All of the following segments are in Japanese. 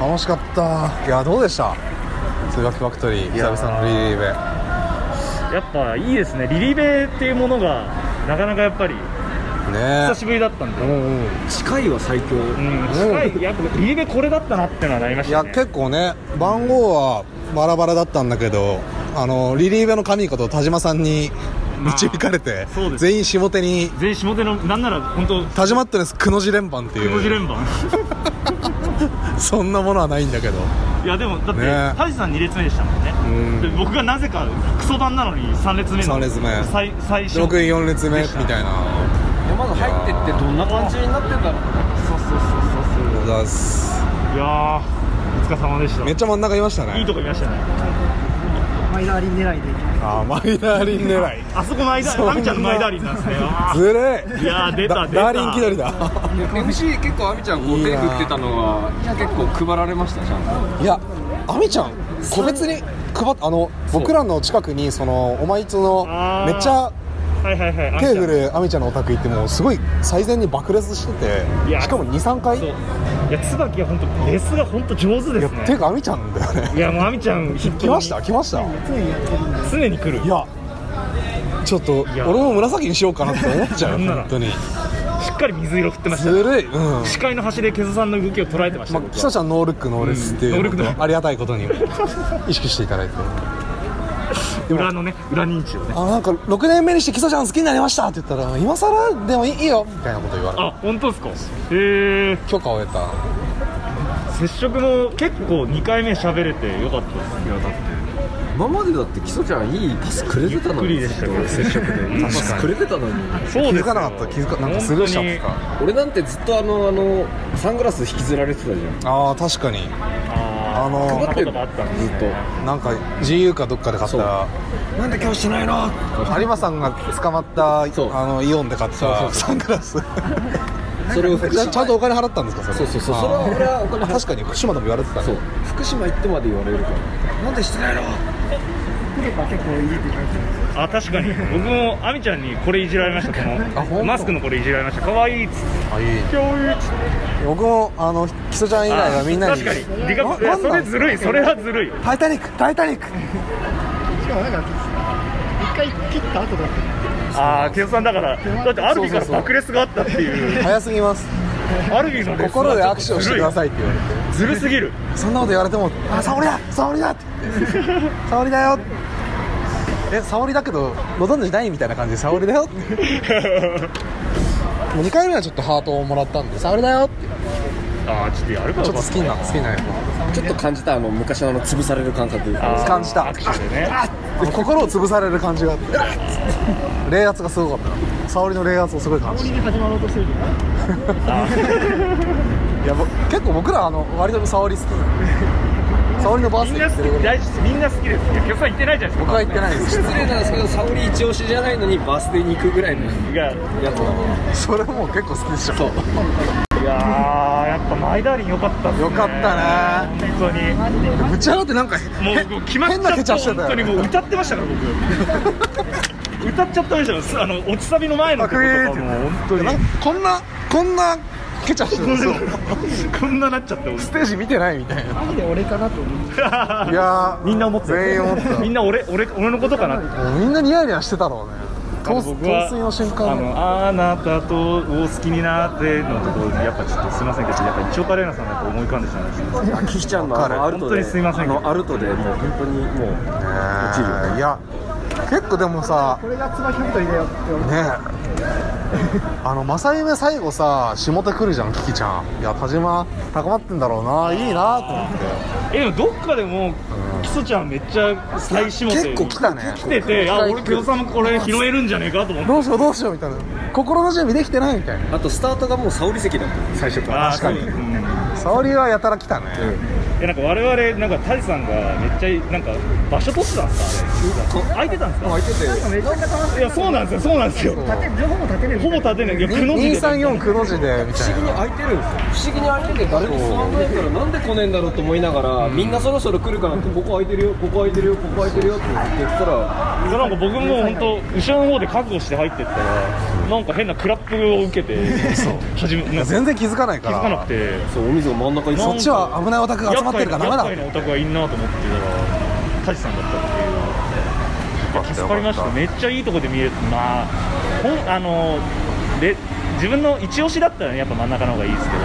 楽しかったいやどうでした通学ファクトリーいや久々のリリーベやっぱいいですねリリベっていうものがなかなかやっぱりね久しぶりだったんで、えうんうん近いは最強うん、近いやっぱリリベこれだったなっていうのはなりましいやたね結構ね番号はバラバラだったんだけどあのリリーベの神こと田島さんにまあ導かれて、そうです全員下手に全員下手のなんなら本当田島ってのはくの字連番ってくの字いう連番そんなものはないんだけどいやでもだって、ねハジさん2列目でしたもんねうんで僕がなぜかクソ版なのに3列目の三列目最最初6位4列目みたいなまず入ってってどんな感じになってんだろうそうそうそうそうございますそういやーお疲れ様でしためっちゃ真ん中いましたねいいとこいましたねマイナーリン狙いであーマイナーリン狙いあそこ前だそんなラミちゃんの前ダーリンなん ですねあーずれえいやー出だた出たダーリン気取りだ MC 結構亜美ちゃんこう手振ってたのが結構配られましたちゃんといや亜美ちゃん個別に配っあの僕らの近くにそのお前いつのあめーっちゃはいはいはい手あ振んちる亜美ちゃんのお宅行ってもうすごい最善に爆裂していてやしかも23回ゃんそういいや椿は本当レスが本当上手でやすていねうか亜美ちゃんだよね いやもう亜美ちゃん筆頭に来ました来ました常にやってるんで常に来るいやちょっといや俺も紫にしようかなって思っちゃうなんなら本当にしっかり水色振ってましたずるいうん視界の端でケズさんの動きを捉えてましたまあ、僕はひとちゃんノールックノーレスっていううんノールックノーレスありがたいことに意識していただいて裏のね裏認知をねあなんか6年目にしてキソちゃん好きになりましたって言ったら今更でもいいよみたいなこと言われるあ本当ですかへえ許可を得た接触も結構2回目喋れてよかったですいやだって今までだって基礎ちゃんいいパスくれてたのゆにっくりでしたけど接触でうん パスくれてたのにそう気ですづよかなかった気づかなんかスルーしちゃって本た俺なんてずっとあのあのサングラス引きずられてたじゃんああ確かに当にああのーーそんなことがあったんです、ね、ずっなんか GU かどっかで買っそうたなんで今日してないの有馬さんが捕まったあそうのイオンで買っそうそたうサングラスそれをちゃんちゃんとお金払ったんですかそれそうそうそうあーそれは俺はお金払っ確かに福島でも言われてたそうね福島行ってまで言われるからなんでしてないの黒が結構いいって感じあ確かに僕も亜美ちゃんにこれいじられましたあこ本の当マスクのこれいじられました可愛いっつってあいい可愛いっつって僕もあのキソちゃん以外はみんなに確かに理科な部いやそなんれだずるいそれはずるいタイタニックタイタニックしかもなんか一回切った後だったああケズさんだからだってアルビから爆レスがあったっていう早すぎ ますアルビのレス心で握手をしてくだいさいって言われてずるすぎるそんなこと言われても「あ沙織だ沙織だ!」って言って「沙織だよ」え沙織だけどご存知ないみたいな感じで「沙織だよ」ってもう2回目はちょっとハートをもらったんで「沙織だよ」ってああちょっとやるかちょっと好きにな好きになりちょっと感じたあの昔のあの潰される感覚感じた握手でね心を潰される感じがあって 冷圧がすごかった沙織の冷圧をすごい感じ氷たに始まろうとしてるけどあ いやぼ結構僕らあの割と沙織好き沙織のバーみスんデーな行って好るぐきらい大事みんな好きですいやケズさん行ってないじゃないですか僕は行ってないです失礼なんですけど沙織一押しじゃないのにバースデーに行くぐらいのいややつそれもう結構好きでしょそういやーやっぱマイダーリン良かったっすね良かったね本当にぶち上がってなんかもへう僕決まっ変なケちチゃャっしてたた本当よにねもう歌ってましたから僕歌っちゃったでしょすあの落ちサビの前のあとくこびーとっかてもう本当になんかこんなこんなケチャしてるこんななっちゃってステージ見てないみたいなマジで俺かなと思っていやーみんな思ってた全員思ったみんな俺俺俺のことかなってもうみんなニヤニヤしてたろうね陶陶僕は酔の瞬あ間のあなたとを好きになってのところにやっぱちょっとすいませんけどやっぱ一応カレーナさんがやっぱ思い浮かんでしまいましたねキキちゃんのあのアルト本当でにすいませんあのアルトでもう本当にもう落ちるいよねや結構でもさこれが椿ファクトリーだよって言われてねえあの正夢最後さ下手来るじゃんキキちゃんいや田島高まってんだろうないいなと思ってえでもどっかでもキソちゃんめっちゃ最下手結構来たね来ててあ俺キ来ソさんもこれ拾えるんじゃねえかと 思ってどうしようどうしようみたいな心の準備できてないみたいなあとスタートがもう沙織席だった最初あー確かにそううん沙織はやたら来たね、うえなんか我々なんかタジさんがめっちゃなんか場所取ってたんですかあれ空いてたんですか開いててめちゃめちゃ楽しいやそうなんですよそうなんですよい立て情報も立てねえほぼ立てないいやくの字で234くの字でみた不思い議なに開いてるんですよ不思議に開いてて誰も座んないからなんで来ねえんだろうと思いながら、みんなそろそろ来るかなってここ空いてるよここ空いてるよここ空いてるよって言ってたらそうなんか僕も本当後ろの方で覚悟して入ってったらなんか変なクラップを受けて始めなんか全然気づかない気かづからなくてそうお水が真ん中にな座そっってちは危ないオタクが集まってるからダメだ厄介なオタクがいんなと思ってたらタジさんだったっていうよかった助かりましためっちゃいいとこで見えるまあほんあので自分の一押しだったらねやっぱ真ん中の方がいいですけど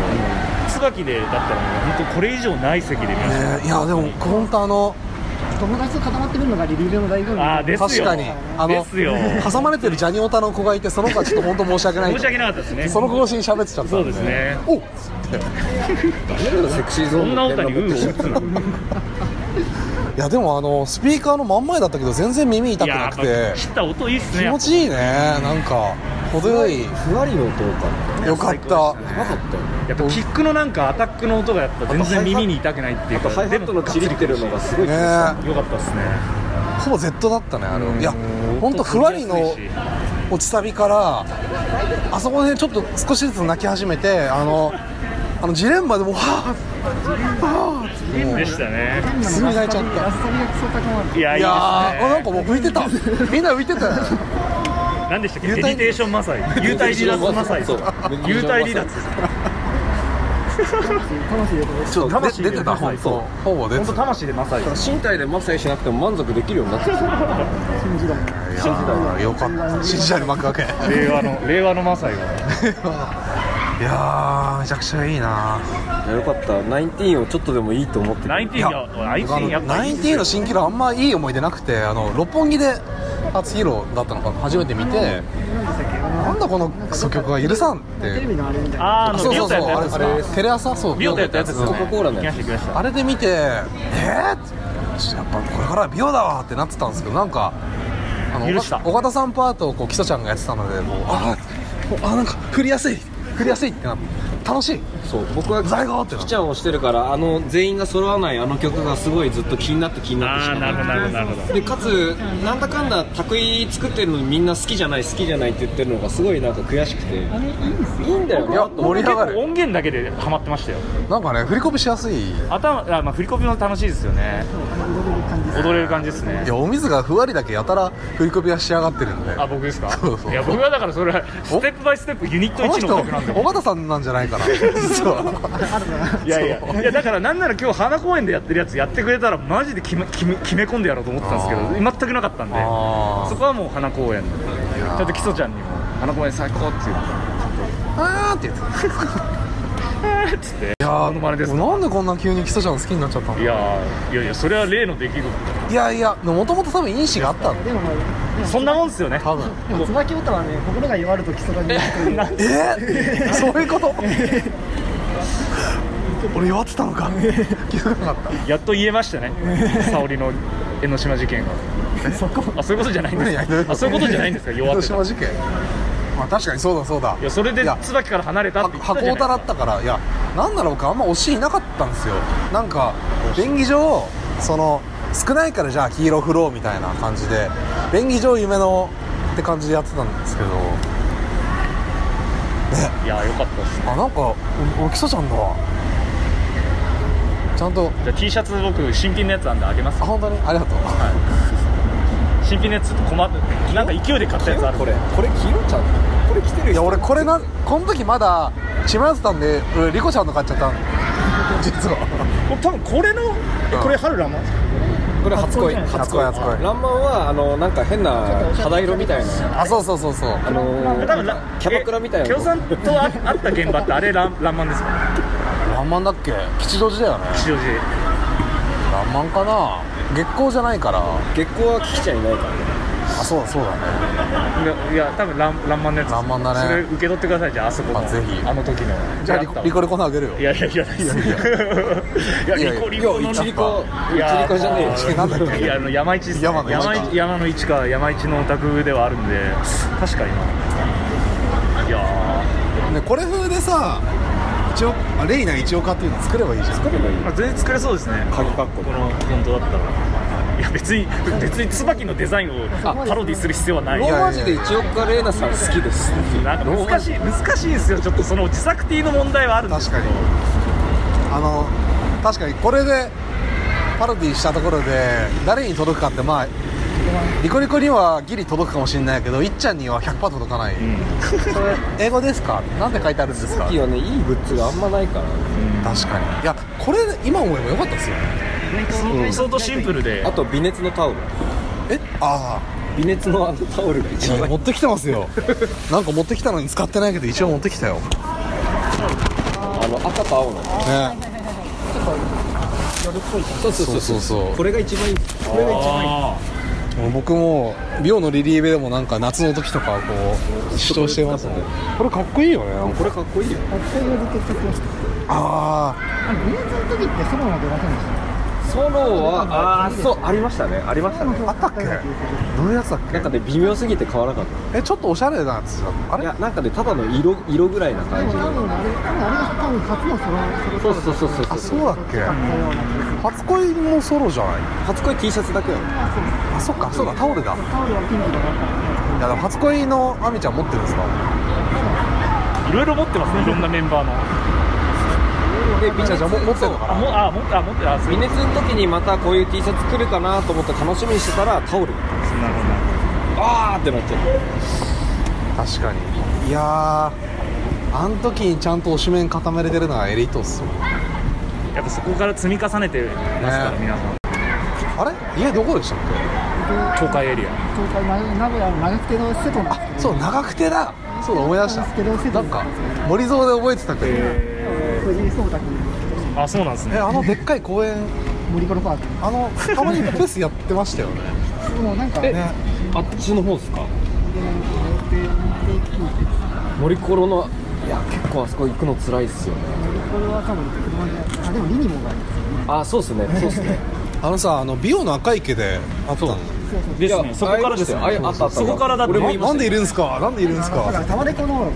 椿、でだったらもう本当これ以上ない席で見ました、ねいやでも本当あの友達と固まってくるのがリリーベの大丈夫ああです確よかにあのですよ挟まれてるジャニオタの子がいてその子はちょっと本当申し訳ない申し訳なかったですねその子越しに喋ってちゃったんそうですねおっセクシーそゾーんンなのオタにウーを打つのいやでもあのスピーカーの真ん前だったけど全然耳痛いくやなーくやてっぱ切った音いいっすね気持ちいいねなんか程よいふわりの音かよかったなかったよねやっぱキックのなんかアタックの音がやっぱ全然耳に痛くないっていうあとかハイハットのチリってるのがすごい気にしたねよかったですねほぼ Z だったねあれいや本当ふわりの落ちサビからあそこでちょっと少しずつ泣き始めてあのあのジレンマでもわあでしたねすぐ泣いちゃったラストリがクソ高まるいやいいいやーあですねなんかもう浮いてたみんな浮いてたよ何でしたっけ幽メ体ディテーションマサイ幽体離脱マサイそう幽体離脱楽しいよこれちょっと魂出で出てたほそうぼほぼ出て本た当魂でマサイ身体でマサイしなくても満足できるようになってきた信じろいやーよかった信じられる幕開け令和の令和のマサイがいやーめちゃくちゃいいなよかった19をちょっとでもいいと思ってナインティーンがナインティあーンのやっぱいいです90の新キロあんまいい思い出なくてあの六本木で初ヒーローだったのかな初めて見て何でしたっけなんだこのクソ曲は許さんっテレてビのあれみたいなあーあのそうビそオうタそうやったやつあれですテレ朝そうビオタやったやつですよねコカコーラの来まやしつた来ましたあれで見てえー、ちょっとやっぱこれからは美容だわってなってたんですけどなんかあの許した岡岡田さんパートをこう基礎ちゃんがやってたのでもうあーあなんか振りやすい振りやすいってなって楽しいそう僕は在庫ってなキっちてゃんをしてるからあの全員が揃わないあの曲がすごいずっと気になって気になってしあかあなるほどなるほどなるほどでかつなんだかんだ卓衣作ってるのにみんな好きじゃない好きじゃないって言ってるのがすごいなんか悔しくてあれいいですよいいんだよいや盛り上が結構る音源だけでハマってましたよなんかね振り込みしやすいい頭あまあ振り込みも楽しいですよね踊れる感じです踊れる感じですねやお水がふわりだけやたら振り込みが仕上がってるんであ僕ですかそうそうや僕はだからそれはステップバイステップユニットこの1人の曲なんで尾形さんなんじゃないか な実はいやいやいやだからなんなら今日花公園でやってるやつやってくれたらマジで決め決め決め込んでやろうと思ってたんですけど全くなかったんであーそこはもう花公園でちょっと基礎ちゃんにも「花公園最高」って言ってあーって言 って「つっていやモノマネですーなんでこんな急に基礎ちゃん好きになっちゃったのいやーいやいやそれは例の出来事いやいやもともと多分因子があったんだよでもまあだそんなもんですよね多分でも椿オタはね心が弱ると基礎が見えてくるえー、 そういうこと俺弱ってたのか 気づかなかっやっと言えましたね沙織の江ノ島事件があそういうことじゃないんです何かあそういうことじゃないんですかた弱ってた広島事件まあ確かにそうだそうだいやそれでいや椿から離れたって言った箱じゃをなたいらったからいやなんだろうかあんま推しいなかったんですよなんか便宜上その少ないからじゃあ黄色振ろうみたいな感じで便宜上夢のって感じでやってたんですけどいやよかったですあなんかおお基礎ちゃんだわちゃんとじゃあ T シャツ僕新品のやつなんであげますあ本当にありがとう新品のやつ困ってなんか勢いで買ったやつあるこれこれ黄色ちゃんこれ着てるいや俺これなこの時まだ血迷ってたんで俺リコちゃんの買っちゃったの実は僕多分これのえこれ春ラマこれ初恋初恋初恋ランマンはあのなんか変な肌色みたいなあそうそうそうそうあの多分ラキャバクラみたいなえケオさんとあ会った現場ってあれランランマンですかランマンだっけ吉祥寺だよね吉祥寺ランマンかな月光じゃないから月光はキキちゃんいないからねあそうだそうだねいやいや多分ランランマンのやつですランマンだねそれ受け取ってくださいじゃああそこのあぜひあの時のじゃあリコリコリコのあげるよいやいやいやいやいいややリコリいやコのうちリコういやちリコじゃねえよえなんだっけいやあの山一ですね山の一か山一山の一か山一のお宅ではあるんで確かにないやねこれ風でさ一応あレイナ一応かっていうの作ればいいじゃん作ればいいあ全然作れそうですね鍵括弧このフォントだったらいや別に別に椿のデザインをパロディする必要はないローやマ字で一億カレーナさん好きですなんか難しい難しいですよちょっとその自作ティの問題はあるんですけど確あの確かにこれでパロディしたところで誰に届くかってまあリコリコにはギリ届くかもしれないけどいっちゃんには100%届かない、うん英語ですかなんて書いてあるんですかさっきはねいいグッズがあんまないから確かにいやこれ今思えばよかったですようん相当シンプルであと微熱のタオルえあ微熱のあのタオルが一あ番持ってきてますよなんか持ってきたのに使ってないけど一応持ってきたよねあの赤と青のそうそうそうそうそうこれが一番いいこれが一番いいあ僕も寮のリリーベでもなんか夏の時とかこう主張してますねこれかっこいいよねなんかこれかっこいいよそれをずっと使ってましたあああの人数の時ってソロも出ませんでしソロはああーそうありましたねありましたねあったっけどういうやつだっなんかね微妙すぎて買わなかっけえちょっとおしゃれなやつだったあたいれやなんかねただの色色ぐらいなた感でもじ多分あれ多分あれが多分初のソロソロそうそうそうそあうそそううだっけ初恋もソロじゃない初恋 T シャツだけよあそっかそうだタオルだいタオルはピンクだからやでも初恋のアミちゃん持ってるんですかあいろいろ持ってますねいろんなメンバーので微熱じゃあも持ってるのかあもあもあ持ってあそう微いう熱の時にまたこういう T シャツ来るかなと思って楽しみにしてたらタオルがなるほどなるほあーってなっちゃっ確かにいやーあん時にちゃんと推しメン固めれてるのがエリートっすよどやっぱそこから積み重ねてますから、ね皆さんあれ家どこでしたっ東海エリア東海名名古屋の長久手の瀬戸なんですけけどそう長久手だそうだ思い出したなんか森蔵で覚えてたけど、藤井聡太君あそうなんですえねあのでっかい公園森コロパークあのたまにフェスやってましたよねもうなん かねたあっちの方ですかこ森コロのいや結構あそこ行くの辛いっすよねれは多分車じゃないあでもリニモがあるあそうっすねそうっすねあのさあの美容の赤池であったのそうそうですねいやそこからですねあありましたよああったあったそこからだって俺も言いまなしんたでいよるんすかなんでいるんすあだかからタワレコの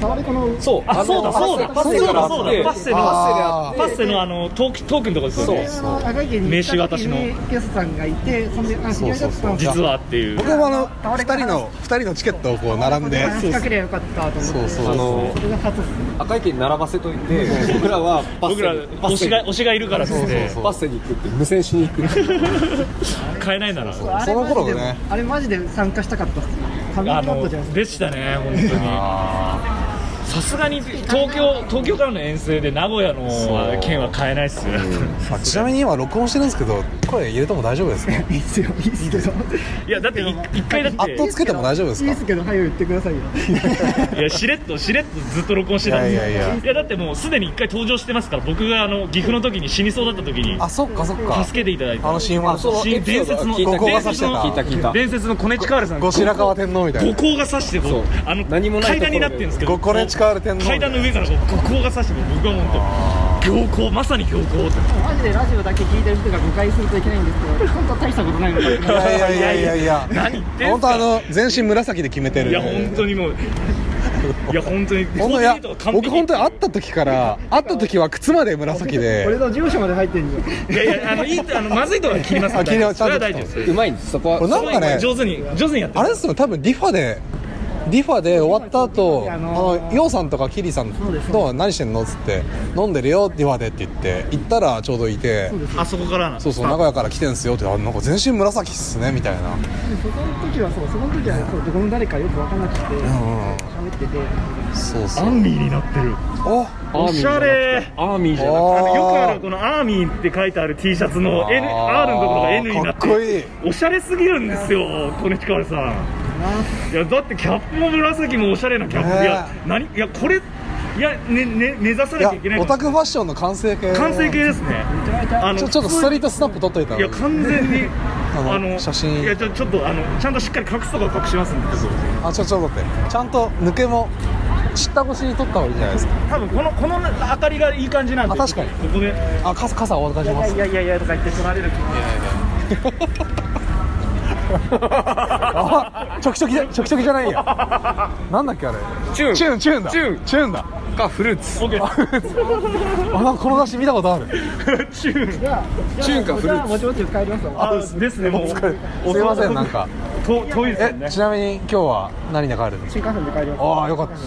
タワレコのそうあそうだのそうだパッセからそうだそうあだってパッセのあパッセのあのトークトークのとこですよねあの赤池に行った時にゲストさんがいてそんであ知り合いだったんですよ実はっていう僕もあの2人の二人のチケットをこう並んで話しかけりゃよかったと思ってそうそうあのそれが初っすね赤い毛に並ばせといて僕らはパッ僕セらパ推ッセしが推しがいるからって言ってそうパッセに行くって無線しに行く買えないならああれそマジでの頃ねあれマジで参加したかったっす神カッのトじゃないででしたね本当にさすがに東京東京からの遠征で名古屋の券は買えないっすよあちなみに今録音してるんですけど声入れても大丈夫ですねすかいいっすよいいっすけどいやだってい一回だっアてットつけても大丈夫ですいいかっすけど早く言ってくださいよ いやしれっとしれっとずっと録音してたんですよいやいやいやだってもうすでに一回登場してますから僕があの岐阜の時に死にそうだった時にあそっかそっか助けていただいあのた神話その新エピソード伝説の聞いたここが聞指してたいた聞いた伝説のコネチカールさん後白河天皇みたい五な光が刺してこそううあの何もな階いところで段になってるんですけどごこれ使われてんの階段の上からこう五光が刺してこう僕は本当行光まさに行光ってマジでラジオだけ聞いてる人が誤解するといけないんですけど本当は大したことないのかいやいやいやいやいや 何言ってんすか本当あの全身紫で決めてるいや本当にもういや本当に本当いや僕本当に会った時から会った時は靴まで紫俺での住所まで入ってんじゃんいやいやあのいいあのまずいとこは切りますあ切りますそれは大丈夫ですうまいんですそこはこれなんかね上手に上手にやってあれですよね多分リファでリファで終わった後ああののヨウさんとかキリさんそうですとは何してんのっつって飲んでるよリファでって言って行ったらちょうどいてそうですあそこからなそうそう名古屋から来てんすよってあなんか全身紫っすねみたいなその時はそうその時はそうどこの誰かよく分からなくてうんうん喋っててそうそうアンミーになってるおおしゃれアーミーじゃなくてあのよくああーるこのアーミーって書いてある T シャツの N あー R のところが N になってかるっこいいおしゃれすぎるんですよコネチカワルさんいやだってキャップも紫もおしゃれなキャップ、ねえいや何いやこれいや、ねね、目指さないきゃいけなやオいかタクもファッションの完成形完成形ですねあちょちょっとストリートスナップ撮っといたいや完全に あの写真いやちょちょっとあのちゃんとしっかり隠すとこは隠しますんであちょちょっと待ってちゃんと抜けも知った腰に撮った方がいいんじゃないですか多分このこの明かりがいい感じなんであ確かにここで「あ傘傘お渡ししますいやいやいや」とか言って取ら れる気もあちょきちょきじゃちょきちょきじゃないやなんだっけあれチューンチューンチューンだチューンチューンだかフルーツオッケー あなんかこの出し見たことあるチューンじゃあ中華フルーツじゃあもちもち帰りますよあですねもうお疲れすいませんなんかと遠いですよねえちなみに今日は何で帰るんです新幹線で帰りますああよかったです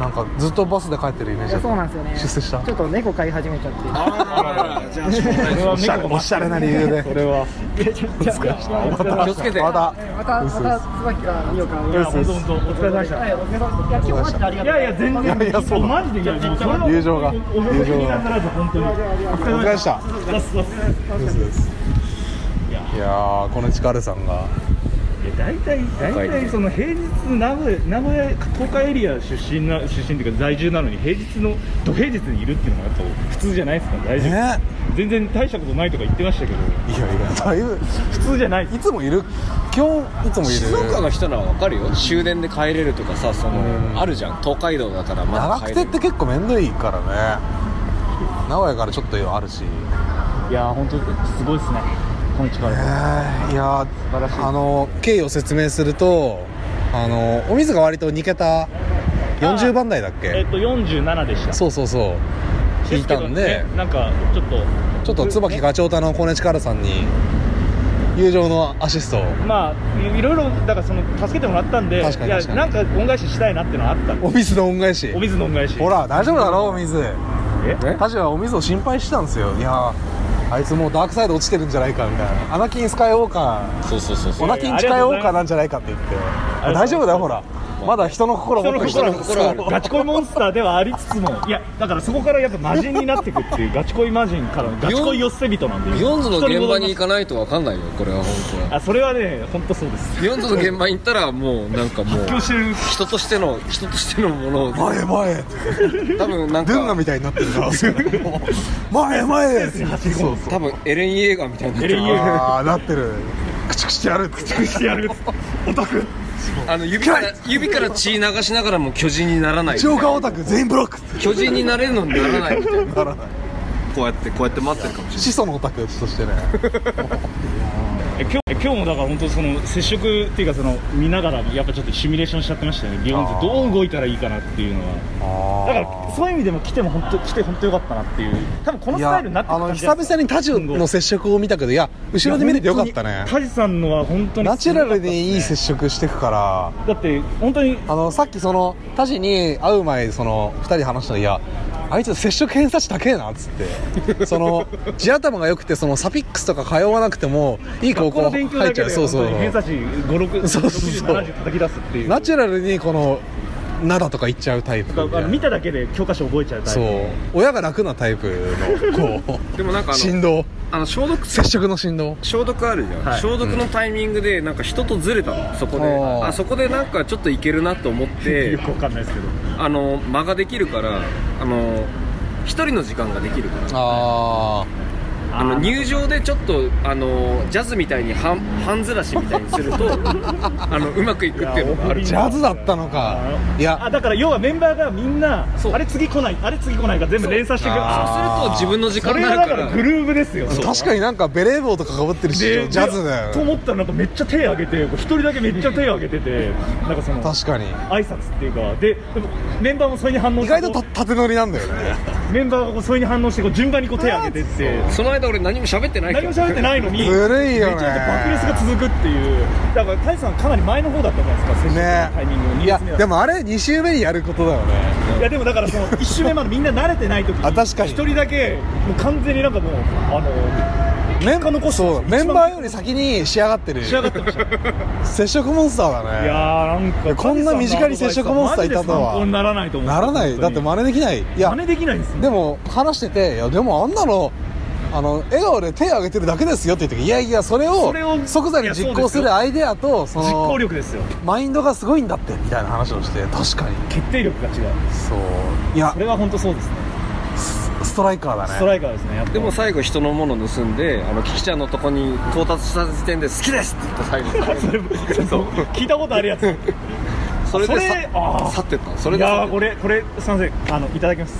なんかずっとバスで帰ってるイメーいジだやったそうなんですよね出世したちょっと猫飼い始めちゃってじゃあしょうがないおしゃおしゃれな理由でこ れはまた気をつけてまたまた、また、椿が見ようか。おいや本当本当お疲れ様でしたはい、お疲れ様です。いや、今日マジでありがいとうやいや全然いやいやそうマジでいやもうそれは友情がお友情がお気になさらず本当にお疲お疲れ様でしたれ様でしたいやーこのチカルさんがいや大体大体その平日名古屋名古屋東海エリア出身な出身というか在住なのに平日の土平日にいるっていうのがやっぱ普通じゃないですか大ねい丈夫や全然大したことないとか言ってましたけどいやだいぶ普通じゃないですいつもいる今日いつもいる静岡の人ならわかるよ終電で帰れるとかさそうんのあるじゃん東海道だからま長だ帰久れ手るって結構面倒いいからね名古屋からちょっとあるしいや本当すごいですねこの力えがーいや晴らしいーあの経緯を説明するとあのお水が割と2桁40番台だっえっけと47でしたそうそうそう引いたんですけどねなんかちょっとちょっと椿ガチョウタのコネチカルさんに友情のアシストをまあいいろいろだからその助けてもらったんで確かにいや確かになんか恩返ししたいなっていうのはあったんでお水の恩返しお水の恩返しほら大丈夫だろお水えタジはお水を心配してたんですよいやーあいつもうダークサイド落ちてるんじゃないかみたいなアナキン・スカイウォーカーそうそうそうそオうナキン・スカイウォーカーなんじゃないかって言ってありが大と丈う夫ごだざよいますほらまだ人の心を人持のってる人心のは心をガチ恋モンスターではありつつもいやだからそこからやっぱ魔人になっていくっていうガチ恋魔人からのガチ恋寄せ人なんでビヨンズの現場に行かかないとわかんないよこれは本 当はあそれはね本当そう ですビヨンズの現場に行ったらもうなんかもう今日してる人としての人としてのものを前へ前へ多分なんドゥンガかみたいになってるから前へ前へ走り込む多分エレン・イエーガーみたいになってエレンイエるーガーああなってるクチクチやるクチクチやるオタクあの指から指から血流しながらも巨人になら ないジョーカーオタク全員ブロック巨人になれるのにならないみたいなならない こうやってこうやって待ってるかもし始祖のオタクとしてねえ今日え今日もだから本当その接触っていうかその見ながらやっぱちょっとシミュレーションしちゃってましたねビヨンズあーどう動いたらいいかなっていうのはだからそういう意味でも来ても本当来て本当よかったなっていう多分このいスタやイルになってあきたのん久じゃないですか々にタジオの接触を見たけどいや後ろで見れてよかったいやね本当にタジさんのは本当にナチュラルにいい接触触してくからだって本当にあのさっきそのタジに会う前その2人で話したらいやあいつ接触偏差値高えなっつって その地頭が良くてそのサピックスとか通わなくてもいい高学校校の勉強入っだちけゃうでそうそう本当に偏差値56そうそうそう70叩き出すっていうナチュラルにこの灘とか行っちゃうタイプだから見みたいただけで教科書覚えちゃうなタイそうプ親が楽なタイプのこ れないでもなんかうあ振の動あの消毒接触の振動消毒あるじゃん、はい消毒のタイミングでなんか人とずれたのそこであーあそこでなんかちょっといけるなと思ってよくわかんないですけどあの間ができるからあの一人の時間ができるからああの入場でちょっとあのジャズみたいに半半ずらしみたいにする とあのうまくいくっていうのがあるあジャズだったのかいあやだから要はメンバーがみんなそうあれ次来ないあれ次来ないが全部連鎖してくるそうすると自分の時そ間れにがなだるかかららグルーヴですよ確かになんかベレー帽とかかぶってるしジでャズだとよね思ったらなんかめっちゃ手挙げて一人だけめっちゃ手挙げててなんかその確かに挨拶っていうかででもメンバーもそれに反応意し外てとた縦乗りなんだよねメンバーがこうそれに反応してこう順番にこう手挙げてってその間俺何も喋ってないか何らも喋ってないのにずるいよねめちゃめちゃ爆レスが続くっていうだからタイさんかなり前の方だったじゃないですか接種ねのタイミングい2や列目だでもあれ2周目にやることだよねいやでもだからその1周目までみんな慣れてない時あ確かに1人だけもう完全になんかもうあのメン果残すそうメンバーより先に仕上がってる仕上がって ましたい接触モンスターだねやーなんかこんな身近に接触モンスターいたとはマジで参考にならないと思うならないだって真真似できないいや似できないんですよでも話してて「いやでもあんなのあの笑顔で手挙げてるだけですよ」って言って「いやいやそれをそれを即座に実行するアイデアとそ実行の力ですよマインドがすごいんだって」みたいな話をして確かに決定力が違うそういやこれは本当そうですねストライカーだねストライカーですねやっぱでも最後人のもの盗んであのキキちゃんのとこに到達した時点で「好きです!」って言った最後そ れ 聞いたことあるやつ いそれでそれさあー去ってったのそれで去やっーてっこれこれすいませんあのいただきます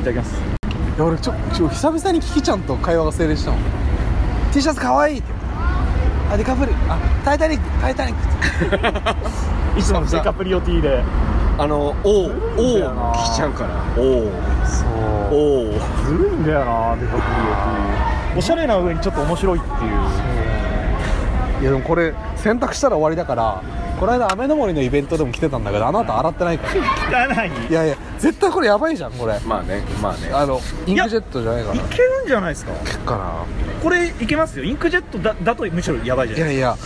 いただきますいや俺ちょちょ久々にキキちゃんと会話が成立したの T シャツかわいいってあデカプリあタイタニックタイタニックっていつものデカプリオ T であの「おう」「おう」来ちゃうから「おう」「そうおう」ずるいんだよなデカプリおしゃれな上にちょっと面白いっていういやでもこれ洗濯したら終わりだからこの間雨の森のイベントでも来てたんだけどあなた洗ってないからい汚いやいや絶対これやばいじゃんこれまあねまあねあのインクジェットじゃないかいらけるんじゃないですかかこれいけますよインクジェットだだとむしろやばいじないゃないやいや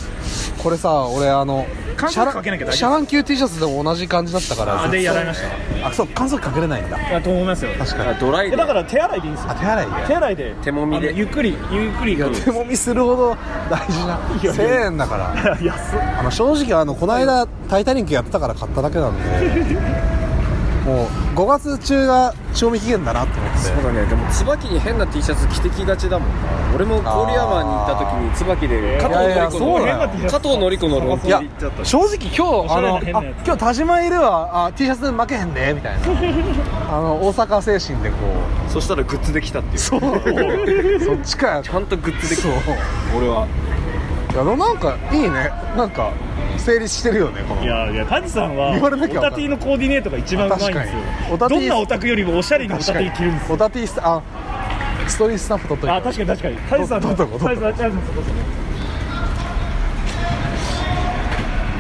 これさ俺あの乾シャ燥ラ機かけなきゃ大丈夫シャラン級 T シャツでも同じ感じだったからあでやられましあそう乾燥機かけれないんだたと思いますよ確かあにドライえでだから手洗いでいいんですよあ手洗い手で洗いで手もみであのゆっくりゆっくり手もみするほど大事な1000円だから 安っあの正直あのこの間「タイタニック」やってたから買っただけなんでもう5月中が賞味期限だなと思ってそうだねでも椿に変な T シャツ着てきがちだもんな俺も郡山に行った時に椿で加いやいや藤そうのだりよこの加藤のりこのロンいティやー正直今日あのおしゃれな変なあやつ今日田島いるわあ T シャツで負けへんねみ たいなあの大阪精神でこそしたらグッズできたっていうそううそっちか よちゃんとグッズできたそう俺はいやでもなんかいいねなんか成立してるよねこのいやいや、谷さんは、言われなきゃオタティのコーディネートが一番うまいんですよ確か。にオタティどんなオタクよりもおしゃれにオタティ着るんですよ。オタティスあストーリースタッフ取っといてあ、確かに確かに。谷さんの、どどこどこ谷さん、谷さん、そこそこ。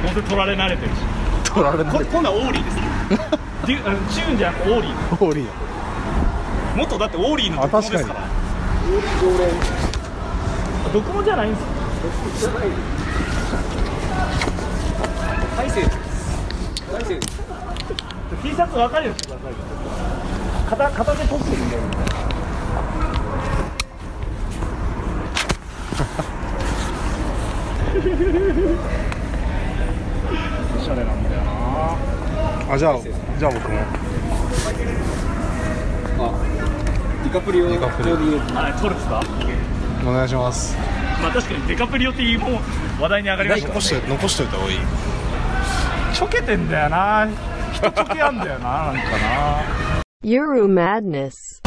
本当に取られ慣れてるし。取られないこ今度はオーリーです。デュあのチューンじゃなくてオーリー。ストーリー元だってオーリーのドコモですから。あ確かドコモじゃないんですよ。大勢大勢 T シャツ分かるようにしてくださいよ。片片手取ってるんだよ。おしゃれなんだよな。あじゃあじゃあ僕もディカプリオディカプリちょうどいいあ、取るんですか。お願いしますまあ確かにデカプリオっていうもう話題に上がりましたからねて残しといた方がいいちょけてんだよな人ちょけあんだよななんかな Euro Madness.